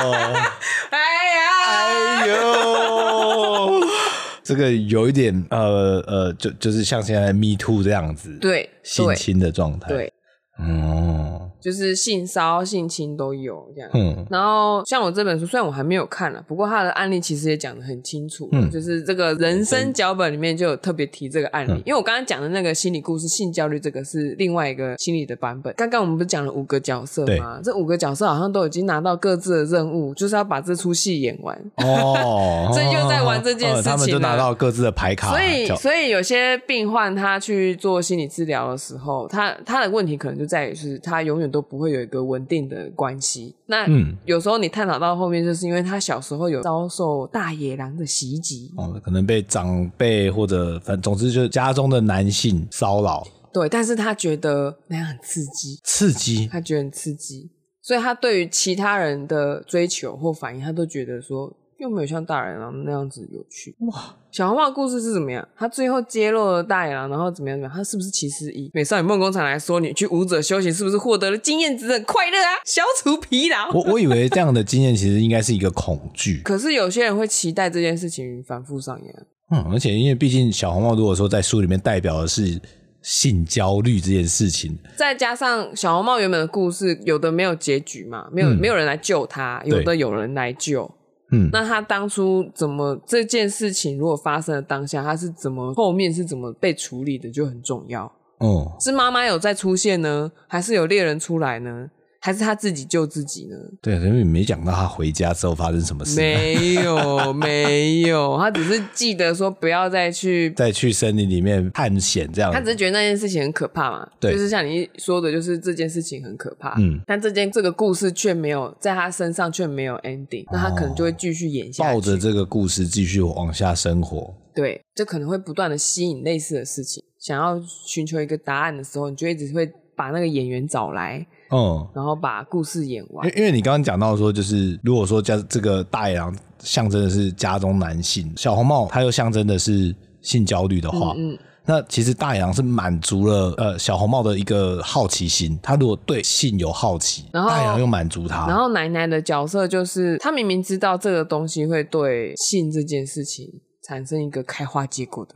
Speaker 2: 哎呀，
Speaker 1: 哎呦， 这个有一点呃呃，就就是像现在 Me Too 这样子，，
Speaker 2: 对
Speaker 1: 性
Speaker 2: 对
Speaker 1: 侵的状态，，
Speaker 2: 对，
Speaker 1: 哦，
Speaker 2: 就是性骚性侵都有这样。
Speaker 1: 嗯，
Speaker 2: 然后像我这本书，虽然我还没有看了，不过他的案例其实也讲得很清楚，
Speaker 1: 嗯
Speaker 2: 就是这个人生脚本里面就有特别提这个案例，
Speaker 1: 嗯
Speaker 2: 因为我刚刚讲的那个心理故事性焦虑这个是另外一个心理的版本。刚刚我们不是讲了五个角色吗？这五个角色好像都已经拿到各自的任务，就是要把这出戏演完。
Speaker 1: 哦
Speaker 2: 这就在玩这件事情了
Speaker 1: 他们就拿到各自的牌卡，
Speaker 2: 所以，
Speaker 1: 叫
Speaker 2: 所以有些病患他去做心理治疗的时候，他他的问题可能就在于是他永远都不会有一个稳定的关系。那
Speaker 1: 嗯
Speaker 2: 有时候你探讨到后面，就是因为他小时候有遭受大野狼的袭击，
Speaker 1: 哦，可能被长辈或者反，总之就是家中的男性骚扰
Speaker 2: 对，但是他觉得那样很刺激，
Speaker 1: 刺 激，
Speaker 2: 他觉得很刺激，所以他对于其他人的追求或反应，他都觉得说又没有像大野狼那样子有趣。哇，小红帽的故事是怎么样？他最后揭露了大野狼，然后怎么样怎么样？他是不是其实以美少女梦工厂来说，你去舞者休息是不是获得了经验值很快乐啊，消除疲劳？
Speaker 1: 我我以为这样的经验其实应该是一个恐惧，
Speaker 2: 可是有些人会期待这件事情反复上演啊，
Speaker 1: 嗯，而且因为毕竟小红帽如果说在书里面代表的是性焦虑这件事情，
Speaker 2: 再加上小红帽原本的故事，有的没有结局嘛，没有、
Speaker 1: 嗯
Speaker 2: 没有人来救他，有的有人来救。
Speaker 1: 嗯，
Speaker 2: 那他当初怎么这件事情如果发生了当下，他是怎么后面是怎么被处理的就很重要。
Speaker 1: 哦，
Speaker 2: 是妈妈有再出现呢，还是有猎人出来呢，还是他自己救自己呢？
Speaker 1: 对，因为没讲到他回家之后发生什么事，
Speaker 2: 没有，没有，他只是记得说不要再去
Speaker 1: 再去森林里面探险这样
Speaker 2: 他只是觉得那件事情很可怕嘛，
Speaker 1: 对
Speaker 2: 就是像你说的，就是这件事情很可怕，
Speaker 1: 嗯，
Speaker 2: 但这件这个故事却没有在他身上却没有 ending，、那他可能就会继续演下去，
Speaker 1: 哦抱着这个故事继续往下生活，
Speaker 2: 对，就可能会不断的吸引类似的事情，想要寻求一个答案的时候，你就一直会把那个演员找来，
Speaker 1: 嗯，
Speaker 2: 然后把故事演完
Speaker 1: 因，因为你刚刚讲到说，就是如果说家这个大野狼象征的是家中男性，小红帽它又象征的是性焦虑的话，
Speaker 2: 嗯嗯
Speaker 1: 那其实大野狼是满足了呃小红帽的一个好奇心，他如果对性有好奇，
Speaker 2: 然后
Speaker 1: 大野狼又满足他，
Speaker 2: 然后奶奶的角色就是，她明明知道这个东西会对性这件事情产生一个开花结果的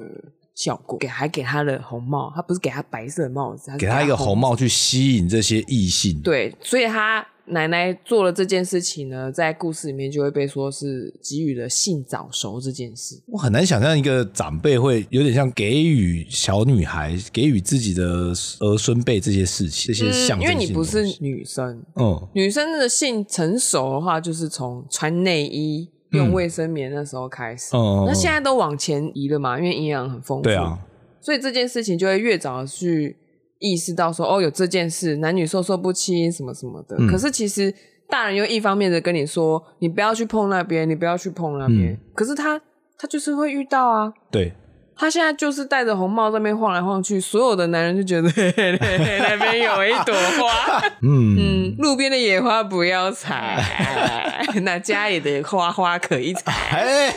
Speaker 2: 效果，给还给她的红帽，她不是给她白色的帽子，是
Speaker 1: 给
Speaker 2: 她
Speaker 1: 他一个红帽去吸引这些异性，，
Speaker 2: 对，所以她奶奶做了这件事情呢，在故事里面就会被说是给予了性早熟这件事。
Speaker 1: 我很难想象一个长辈会有点像给予小女孩、给予自己的儿孙辈这些事情，这些象征性
Speaker 2: 嗯因为你
Speaker 1: 的
Speaker 2: 不是
Speaker 1: 东西
Speaker 2: 女生，
Speaker 1: 嗯
Speaker 2: 女生的性成熟的话，就是从穿内衣、用卫生棉那时候开始。
Speaker 1: 嗯，
Speaker 2: 那现
Speaker 1: 在
Speaker 2: 在都往前移了嘛，因为营养很丰富。
Speaker 1: 对啊。
Speaker 2: 所以这件事情就会越早地去意识到说，哦，有这件事，男女授受不亲什么什么的。
Speaker 1: 嗯
Speaker 2: 可是其实大人又一方面的跟你说，你不要去碰那边，你不要去碰那边。
Speaker 1: 嗯
Speaker 2: 可是他他就是会遇到啊。
Speaker 1: 对，
Speaker 2: 他现在就是戴着红帽在那边晃来晃去，所有的男人就觉得 嘿嘿嘿嘿那边有一朵花，
Speaker 1: 嗯
Speaker 2: 嗯，路边的野花不要采， 那家里的花花可以采。
Speaker 1: 哎，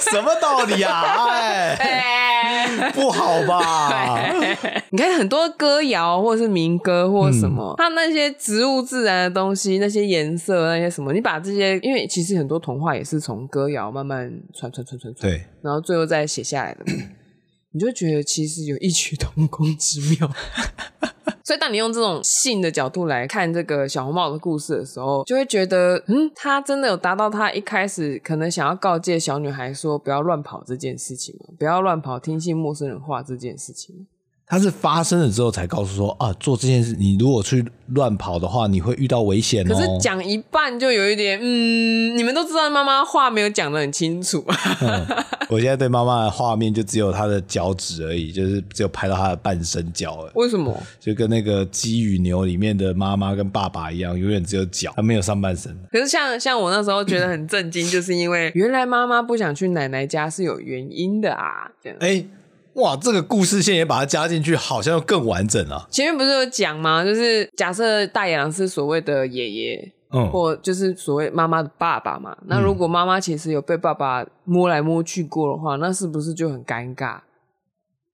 Speaker 1: 什么道理啊？哎，
Speaker 2: 哎
Speaker 1: 不好吧？
Speaker 2: 你看很多歌谣或者是民歌或什么，它那些植物自然的东西，那些颜色啊那些什么，你把这些，因为其实很多童话也是从歌谣慢慢传传传传传，
Speaker 1: 对，
Speaker 2: 然后最后再写下来的嘛，你就觉得其实有异曲同工之妙。所以，当你用这种性的角度来看这个小红帽的故事的时候，就会觉得，嗯，他真的有达到他一开始可能想要告诫小女孩说不要乱跑这件事情吗？不要乱跑，听信陌生人话这件事情吗。
Speaker 1: 它是发生了之后才告诉说啊，做这件事你如果去乱跑的话，你会遇到危险哦。
Speaker 2: 可是讲一半就有一点，嗯，你们都知道妈妈话没有讲得很清楚 啊。
Speaker 1: 我现在对妈妈的画面就只有她的脚趾而已，就是只有拍到她的半身脚而已，
Speaker 2: 为什么？
Speaker 1: 就跟那个《鸡与牛》里面的妈妈跟爸爸一样，永远只有脚，她没有上半身。
Speaker 2: 可是像像我那时候觉得很震惊，就是因为原来妈妈不想去奶奶家是有原因的啊。这样
Speaker 1: 哎、哇，这个故事线也把它加进去，好像又更完整啊了。
Speaker 2: 前面不是有讲吗？就是假设大野狼是所谓的爷爷，
Speaker 1: 嗯，
Speaker 2: 或就是所谓妈妈的爸爸嘛。那如果妈妈其实有被爸爸摸来摸去过的话，那是不是就很尴尬？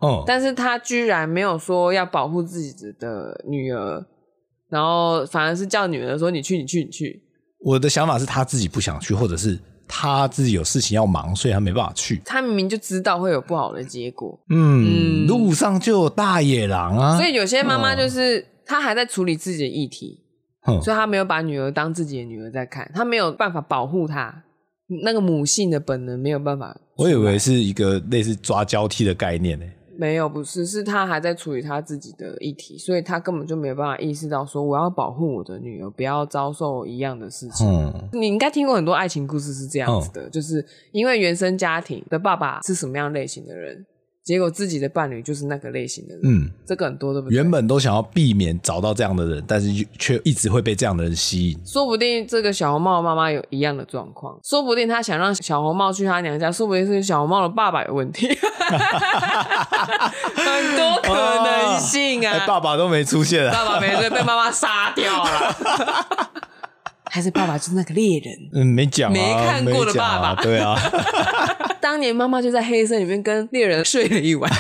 Speaker 1: 嗯，
Speaker 2: 但是他居然没有说要保护自己的女儿，然后反而是叫女儿说：“你去，你去，你去。
Speaker 1: 我的想法是他自己不想去，或者是他自己有事情要忙，所以他没办法去”。
Speaker 2: 他明明就知道会有不好的结果，
Speaker 1: 嗯，路上就有大野狼啊，
Speaker 2: 所以有些妈妈就是她还在处理自己的议题，
Speaker 1: 嗯
Speaker 2: 所以她没有把女儿当自己的女儿在看，她没有办法保护她，那个母性的本能没有办法，
Speaker 1: 我以为是一个类似抓交替的概念呢、
Speaker 2: 没有不是，是她还在处理她自己的议题，所以她根本就没有办法意识到说我要保护我的女儿，不要遭受一样的事情。
Speaker 1: 嗯，
Speaker 2: 你应该听过很多爱情故事是这样子的，就是因为原生家庭的爸爸是什么样类型的人，结果自己的伴侣就是那个类型的人，
Speaker 1: 嗯，
Speaker 2: 这个很多对不对？
Speaker 1: 原本都想要避免找到这样的人，但是却一直会被这样的人吸引。
Speaker 2: 说不定这个小红帽妈妈有一样的状况，说不定她想让小红帽去她娘家，说不定是小红帽的爸爸有问题， 很多可能性啊！
Speaker 1: 哎爸爸都没出现啊。
Speaker 2: 爸爸没罪，被妈妈杀掉 了，还是爸爸就是那个猎人？
Speaker 1: 嗯，没讲、啊，
Speaker 2: 没看过的爸爸
Speaker 1: 没讲啊对啊，
Speaker 2: 当年妈妈就在黑色里面跟猎人睡了一晚，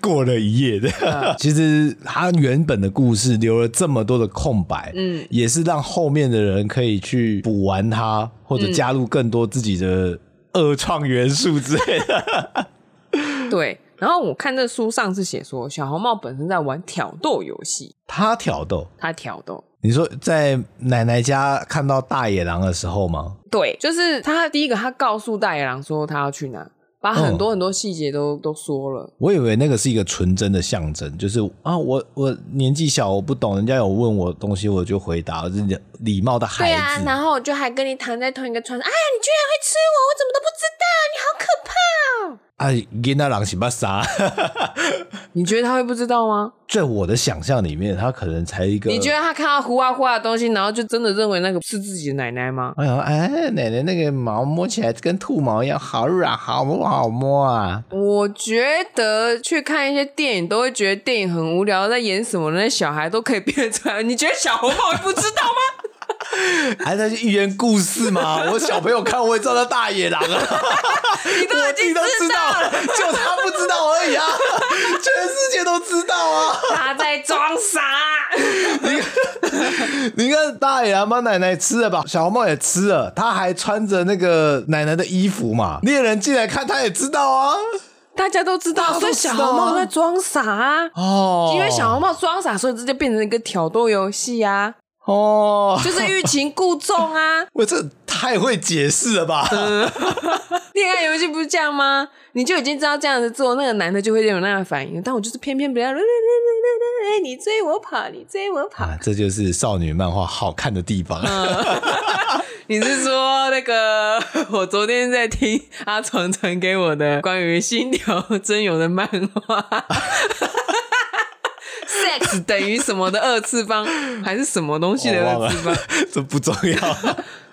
Speaker 1: 过了一夜的。
Speaker 2: 嗯
Speaker 1: 其实他原本的故事留了这么多的空白，嗯，也是让后面的人可以去补完它，或
Speaker 2: 嗯
Speaker 1: 者加入更多自己的二创元素之类的。
Speaker 2: 对。然后我看这书上是写说，小红帽本身在玩挑逗游戏，
Speaker 1: 他挑逗，
Speaker 2: 她挑逗，
Speaker 1: 你说在奶奶家看到大野狼的时候吗？
Speaker 2: 对，就是他第一个，他告诉大野狼说他要去哪，把很
Speaker 1: 哦
Speaker 2: 多很多细节都、都说了。
Speaker 1: 我以为那个是一个纯真的象征，就是啊，我我年纪小，我不懂，人家有问我东西，我就回答，我是礼礼貌的孩
Speaker 3: 对
Speaker 1: 子。
Speaker 3: 啊，然后我就还跟你躺在同一个床上，哎呀，你居然会吃我，我怎么都不知道，你好可怕哦！
Speaker 1: 啊，囡仔狼是巴啥？
Speaker 2: 你觉得他会不知道吗？
Speaker 1: 在我的想象里面，他可能才一个。
Speaker 2: 你觉得他看到呼啊呼啊的东西，然后就真的认为那个是自己的奶奶吗？
Speaker 1: 哎呀，哎，奶奶那个毛摸起来跟兔毛一样，好软，好不好摸啊？
Speaker 2: 我觉得去看一些电影都会觉得电影很无聊，在演什么呢？那小孩都可以变出 来。你觉得小红帽会不知道吗？
Speaker 1: 还在寓言故事吗？我小朋友看我也知道那大野狼啊，
Speaker 2: 你都已
Speaker 1: 我
Speaker 2: 经
Speaker 1: 弟都知道 了，就他不知道而已 啊，全世界都知道啊。
Speaker 2: 他在装傻。
Speaker 1: 你看大野狼帮奶奶吃了吧，小红帽也吃了，他还穿着那个奶奶的衣服嘛。猎人进来看，他也知道啊。
Speaker 2: 大家都知
Speaker 1: 大
Speaker 2: 道，
Speaker 1: 家
Speaker 2: 所
Speaker 1: 都
Speaker 2: 以
Speaker 1: 知
Speaker 2: 小
Speaker 1: 道啊
Speaker 2: 红帽在装傻啊。
Speaker 1: 哦
Speaker 2: 因为小红帽装傻，所以这就变成一个挑逗游戏啊，
Speaker 1: 哦，
Speaker 2: 就是欲擒故纵啊。
Speaker 1: 我这太会解释了 吧？
Speaker 2: 呃恋爱游戏不是这样吗？你就已经知道这样子做，那个男的就会有那样的反应，但我就是偏偏不要，
Speaker 3: 哎，你追我跑，你追我跑，
Speaker 1: 啊，这就是少女漫画好看的地方。
Speaker 2: 呃你是说那个？ 我昨天在听阿床传给我的关于《星条真由》的漫画，sex 等于什么的二次方，还是什么东西的
Speaker 1: 我忘
Speaker 2: 二
Speaker 1: 了
Speaker 2: 次方？，
Speaker 1: 这不重要。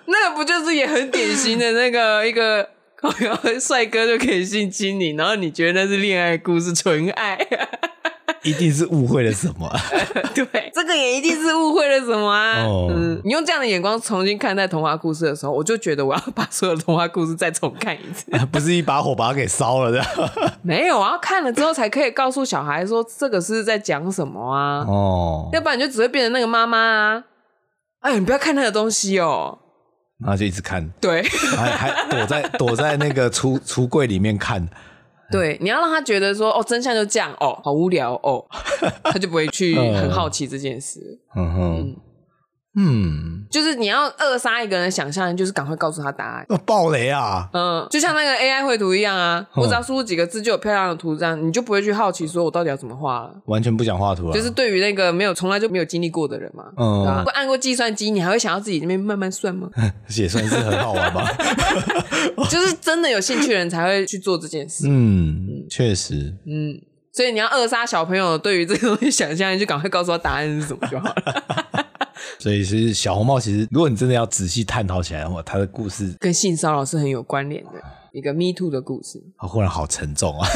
Speaker 2: 那个不就是也很典型的那个一个 靠腰帅哥就可以性侵你，然后你觉得那是恋爱故事，纯爱，
Speaker 1: 一定是误会了什么。
Speaker 2: 对，这个也一定是误会了什么啊？
Speaker 1: 哦
Speaker 2: 嗯，你用这样的眼光重新看待童话故事的时候，我就觉得我要把所有的童话故事再重看一次。
Speaker 1: 不是一把火把它给烧了的。
Speaker 2: 没有啊，看了之后才可以告诉小孩说这个是在讲什么啊，
Speaker 1: 哦，
Speaker 2: 要不然你就只会变成那个妈妈啊。哎，你不要看那个东西哦。
Speaker 1: 然后就一直看，
Speaker 2: 对
Speaker 1: 还还躲在躲在那个橱橱柜里面看。
Speaker 2: 对，你要让他觉得说哦，真相就这样哦，好无聊 哦，他就不会去很好奇这件事。
Speaker 1: 嗯哼，嗯，
Speaker 2: 就是你要扼杀一个人的想象力，就是赶快告诉他答案。
Speaker 1: 哦暴雷啊！
Speaker 2: 嗯，就像那个 AI 绘图一样啊，
Speaker 1: 嗯
Speaker 2: 我只要输入几个字就有漂亮的图章，你就不会去好奇说我到底要怎么画了。
Speaker 1: 完全不想画图啊，
Speaker 2: 就是对于那个没有从来就没有经历过的人嘛，
Speaker 1: 嗯
Speaker 2: 嗯，对吧不按过计算机，你还会想要自己那边慢慢算 吗？
Speaker 1: 也算是很好玩吧。 嗯
Speaker 2: 就是真的有兴趣的人才会去做这件事。
Speaker 1: 嗯，确实，
Speaker 2: 嗯，所以你要扼杀小朋友对于这个东西想象力，就赶快告诉他答案是什么就 好了。
Speaker 1: 所以其实小红帽，其实如果你真的要仔细探讨起来的话，它的故事
Speaker 2: 跟性骚扰是很有关联的一个 Me Too 的故事。
Speaker 1: 啊，忽然好沉重 啊！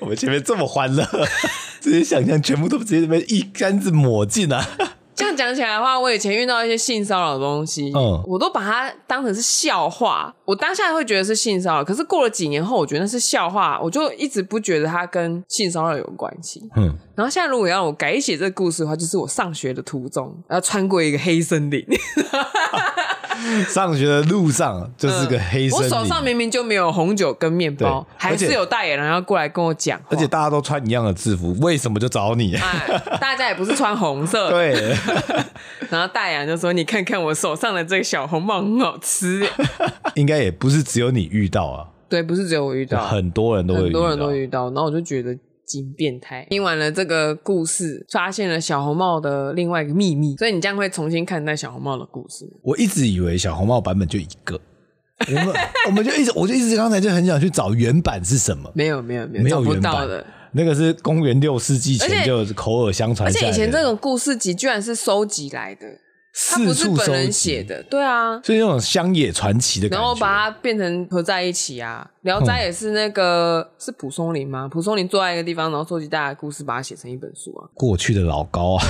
Speaker 1: 我们前面这么欢乐，这些想象全部都直接被一竿子抹尽啊！
Speaker 2: 这样讲起来的话，我以前遇到一些性骚扰的东西，
Speaker 1: 嗯
Speaker 2: 我都把它当成是笑话。我当下会觉得是性骚扰，可是过了几年后，我觉得那是笑话，我就一直不觉得它跟性骚扰有关系。
Speaker 1: 嗯，
Speaker 2: 然后现在如果要我改写这个故事的话，就是我上学的途中，然后穿过一个黑森林，
Speaker 1: 上学的路上就是个黑森
Speaker 2: 嗯我
Speaker 1: 林，
Speaker 2: 手上明明就没有红酒跟面包，
Speaker 1: 对
Speaker 2: 还
Speaker 1: 而且
Speaker 2: 是有代言人要过来跟我讲话，
Speaker 1: 而且大家都穿一样的制服，为什么就找 你？
Speaker 2: 哎，大家也不是穿红色，
Speaker 1: 对，
Speaker 2: 然后代言人就说：“你看看我手上的这个小红帽很好吃。
Speaker 1: 应该也不是只有你遇到啊，”
Speaker 2: 对，不是只有我遇到，
Speaker 1: 很多人都会
Speaker 2: 很
Speaker 1: 遇到
Speaker 2: 多人都遇到，然后我就觉得。金变态，听完了这个故事，发现了小红帽的另外一个秘密，所以你这样会重新看待小红帽的故事。
Speaker 1: 我一直以为小红帽版本就一个，我们 我们就一直我就一直刚才就很想去找原版是什么，
Speaker 2: 没有没有没有，
Speaker 1: 没
Speaker 2: 找
Speaker 1: 有
Speaker 2: 不
Speaker 1: 原
Speaker 2: 到
Speaker 1: 版
Speaker 2: 的。
Speaker 1: 那个是公元六世纪前
Speaker 2: 而且
Speaker 1: 就口耳相传
Speaker 2: 而
Speaker 1: 下来的，
Speaker 2: 且以前这种故事集居然是收集来的，它不
Speaker 1: 四
Speaker 2: 是
Speaker 1: 处
Speaker 2: 本
Speaker 1: 收
Speaker 2: 人
Speaker 1: 集
Speaker 2: 写，的，对啊。
Speaker 1: 所以那种乡野传奇的感
Speaker 2: 然
Speaker 1: 觉。
Speaker 2: 后把它变成合在一起啊，《聊斋》也是那
Speaker 1: 嗯
Speaker 2: 个、是蒲松龄吗？蒲松龄坐在一个地方，然后收集大家的故事，把它写成一本书 啊。
Speaker 1: 过去的老高 啊，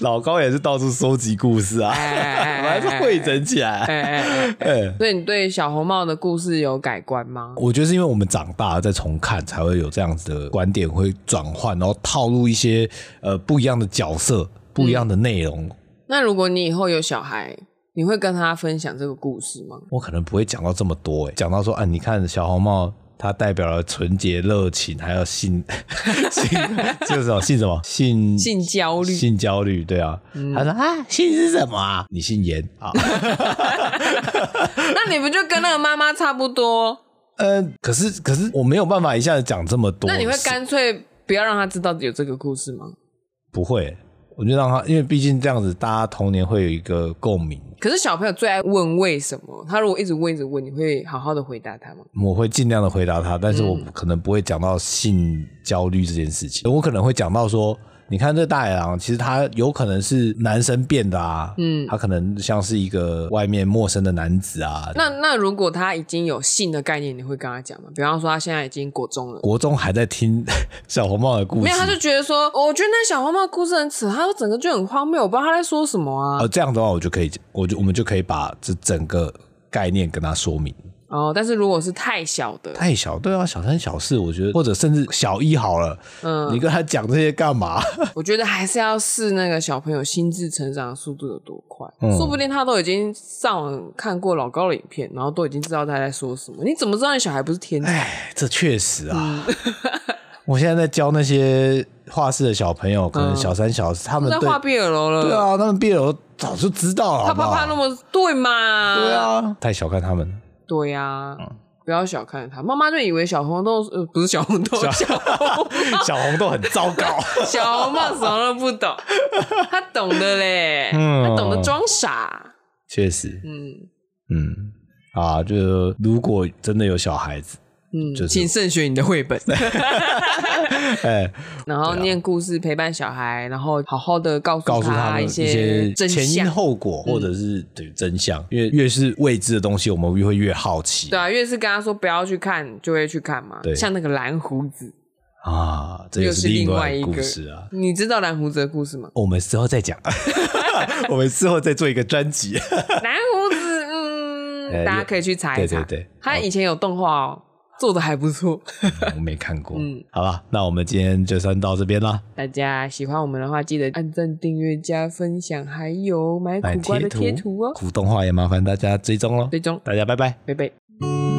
Speaker 1: 老高也是到处收集故事啊，
Speaker 2: 哎哎
Speaker 1: 还
Speaker 2: 哎
Speaker 1: 是汇整起来。
Speaker 2: 哎哎哎哎，
Speaker 1: 哎，
Speaker 2: 所以你对小红帽的故事有改观吗？
Speaker 1: 我觉得是因为我们长大了再重看，才会有这样子的观点会转换，然后套入一些呃不一样的角色、不一样
Speaker 2: 嗯
Speaker 1: 的内容。
Speaker 2: 那如果你以后有小孩，你会跟他分享这个故事吗？
Speaker 1: 我可能不会讲到这么多、欸，讲到说啊，你看小红帽。它代表了纯洁、热情，还有性 性，就是什么性什么性
Speaker 2: 性焦虑，嗯
Speaker 1: 性焦虑，对啊。他说啊，性是什么啊？你姓严啊？
Speaker 2: 那你不就跟那个妈妈差不多？
Speaker 1: 呃，可是可是我没有办法一下子讲这么多。
Speaker 2: 那你会
Speaker 1: 是
Speaker 2: 干脆不要让他知道有这个故事吗？
Speaker 1: 不会？我就让他，因为毕竟这样子，大家童年会有一个共鸣。
Speaker 2: 可是小朋友最爱问为什么，他如果一直问一直问，你会好好的回答他吗？
Speaker 1: 我会尽量的回答他，但是我
Speaker 2: 嗯
Speaker 1: 可能不会讲到性焦虑这件事情，我可能会讲到说，你看这大野狼，其实他有可能是男生变的啊，
Speaker 2: 嗯
Speaker 1: 他可能像是一个外面陌生的男子啊。
Speaker 2: 那那如果他已经有性的概念，你会跟他讲吗？比方说他现在已经国中了。
Speaker 1: 国中还在听 小红帽的故事，
Speaker 2: 没有，他就觉得说，哦我觉得那小红帽故事很扯，他说整个就很荒谬，我不知道他在说什么啊。
Speaker 1: 呃这样的话，我就可以，我就我们就可以把这整个概念跟他说明。
Speaker 2: 哦，但是如果是太小 的，
Speaker 1: 太小，对啊，小三小四，我觉得或者甚至小一好了，
Speaker 2: 嗯
Speaker 1: 你跟他讲这些干嘛？
Speaker 2: 我觉得还是要试那个小朋友心智成长的速度有多快，
Speaker 1: 嗯
Speaker 2: 说不定他都已经上网看过老高的影片，然后都已经知道他在说什么。你怎么知道你小孩不是天才？
Speaker 1: 哎，这确实啊。
Speaker 2: 嗯
Speaker 1: 我现在在教那些画室的小朋友，可能小三、小四，他们
Speaker 2: 嗯在
Speaker 1: 对
Speaker 2: 画毕业楼了，
Speaker 1: 对，啊，他们毕业了早就知道了，
Speaker 2: 啪
Speaker 1: 好不
Speaker 2: 啪啪那
Speaker 1: 好？
Speaker 2: 么嗯对嘛？
Speaker 1: 对，啊，太小看他 们了。
Speaker 2: 对呀、
Speaker 1: 嗯
Speaker 2: 不要小看他，妈妈就以为小红豆呃不是小红豆，小 红
Speaker 1: 小红豆很糟糕，
Speaker 2: 小红帽什么都不懂，他懂的嘞，
Speaker 1: 嗯
Speaker 2: 他懂得装傻，
Speaker 1: 确实，
Speaker 2: 嗯
Speaker 1: 嗯，啊，就如果真的有小孩子，
Speaker 2: 嗯，
Speaker 1: 就是
Speaker 2: 请慎选你的绘本，
Speaker 1: 哎，
Speaker 2: 然后念故事陪伴小孩，然后好好的告诉
Speaker 1: 告诉他们
Speaker 2: 一
Speaker 1: 一些
Speaker 2: 真
Speaker 1: 前因
Speaker 2: 相。
Speaker 1: 后果，或者是对真相，因为越是未知的东西，我们越会越好奇
Speaker 2: 啊对。啊，越是跟他说不要去看，就会去看嘛。
Speaker 1: 对
Speaker 2: 像那个蓝胡子，
Speaker 1: 啊，这
Speaker 2: 又
Speaker 1: 又
Speaker 2: 是
Speaker 1: 是
Speaker 2: 另
Speaker 1: 另
Speaker 2: 外
Speaker 1: 外一
Speaker 2: 一个
Speaker 1: 个故事啊。
Speaker 2: 你知道蓝胡子的故事 吗？
Speaker 1: 我们之后再讲，我们之后再做一个专辑。
Speaker 2: 蓝胡子，嗯，
Speaker 1: 呃
Speaker 2: 大家可以去查
Speaker 1: 对
Speaker 2: 一查。
Speaker 1: 对对
Speaker 2: 他以前有动画哦，做的还不错。
Speaker 1: 哦我没看过，
Speaker 2: 嗯
Speaker 1: 好吧，那我们今天就算到这边啦。
Speaker 2: 大家喜欢我们的话，记得按赞、订阅、加分享，还有买
Speaker 1: 买
Speaker 2: 苦瓜的
Speaker 1: 贴
Speaker 2: 贴图哦。
Speaker 1: 股动画也麻烦大家追踪喽。
Speaker 2: 最终，
Speaker 1: 大家拜拜。
Speaker 2: 拜拜。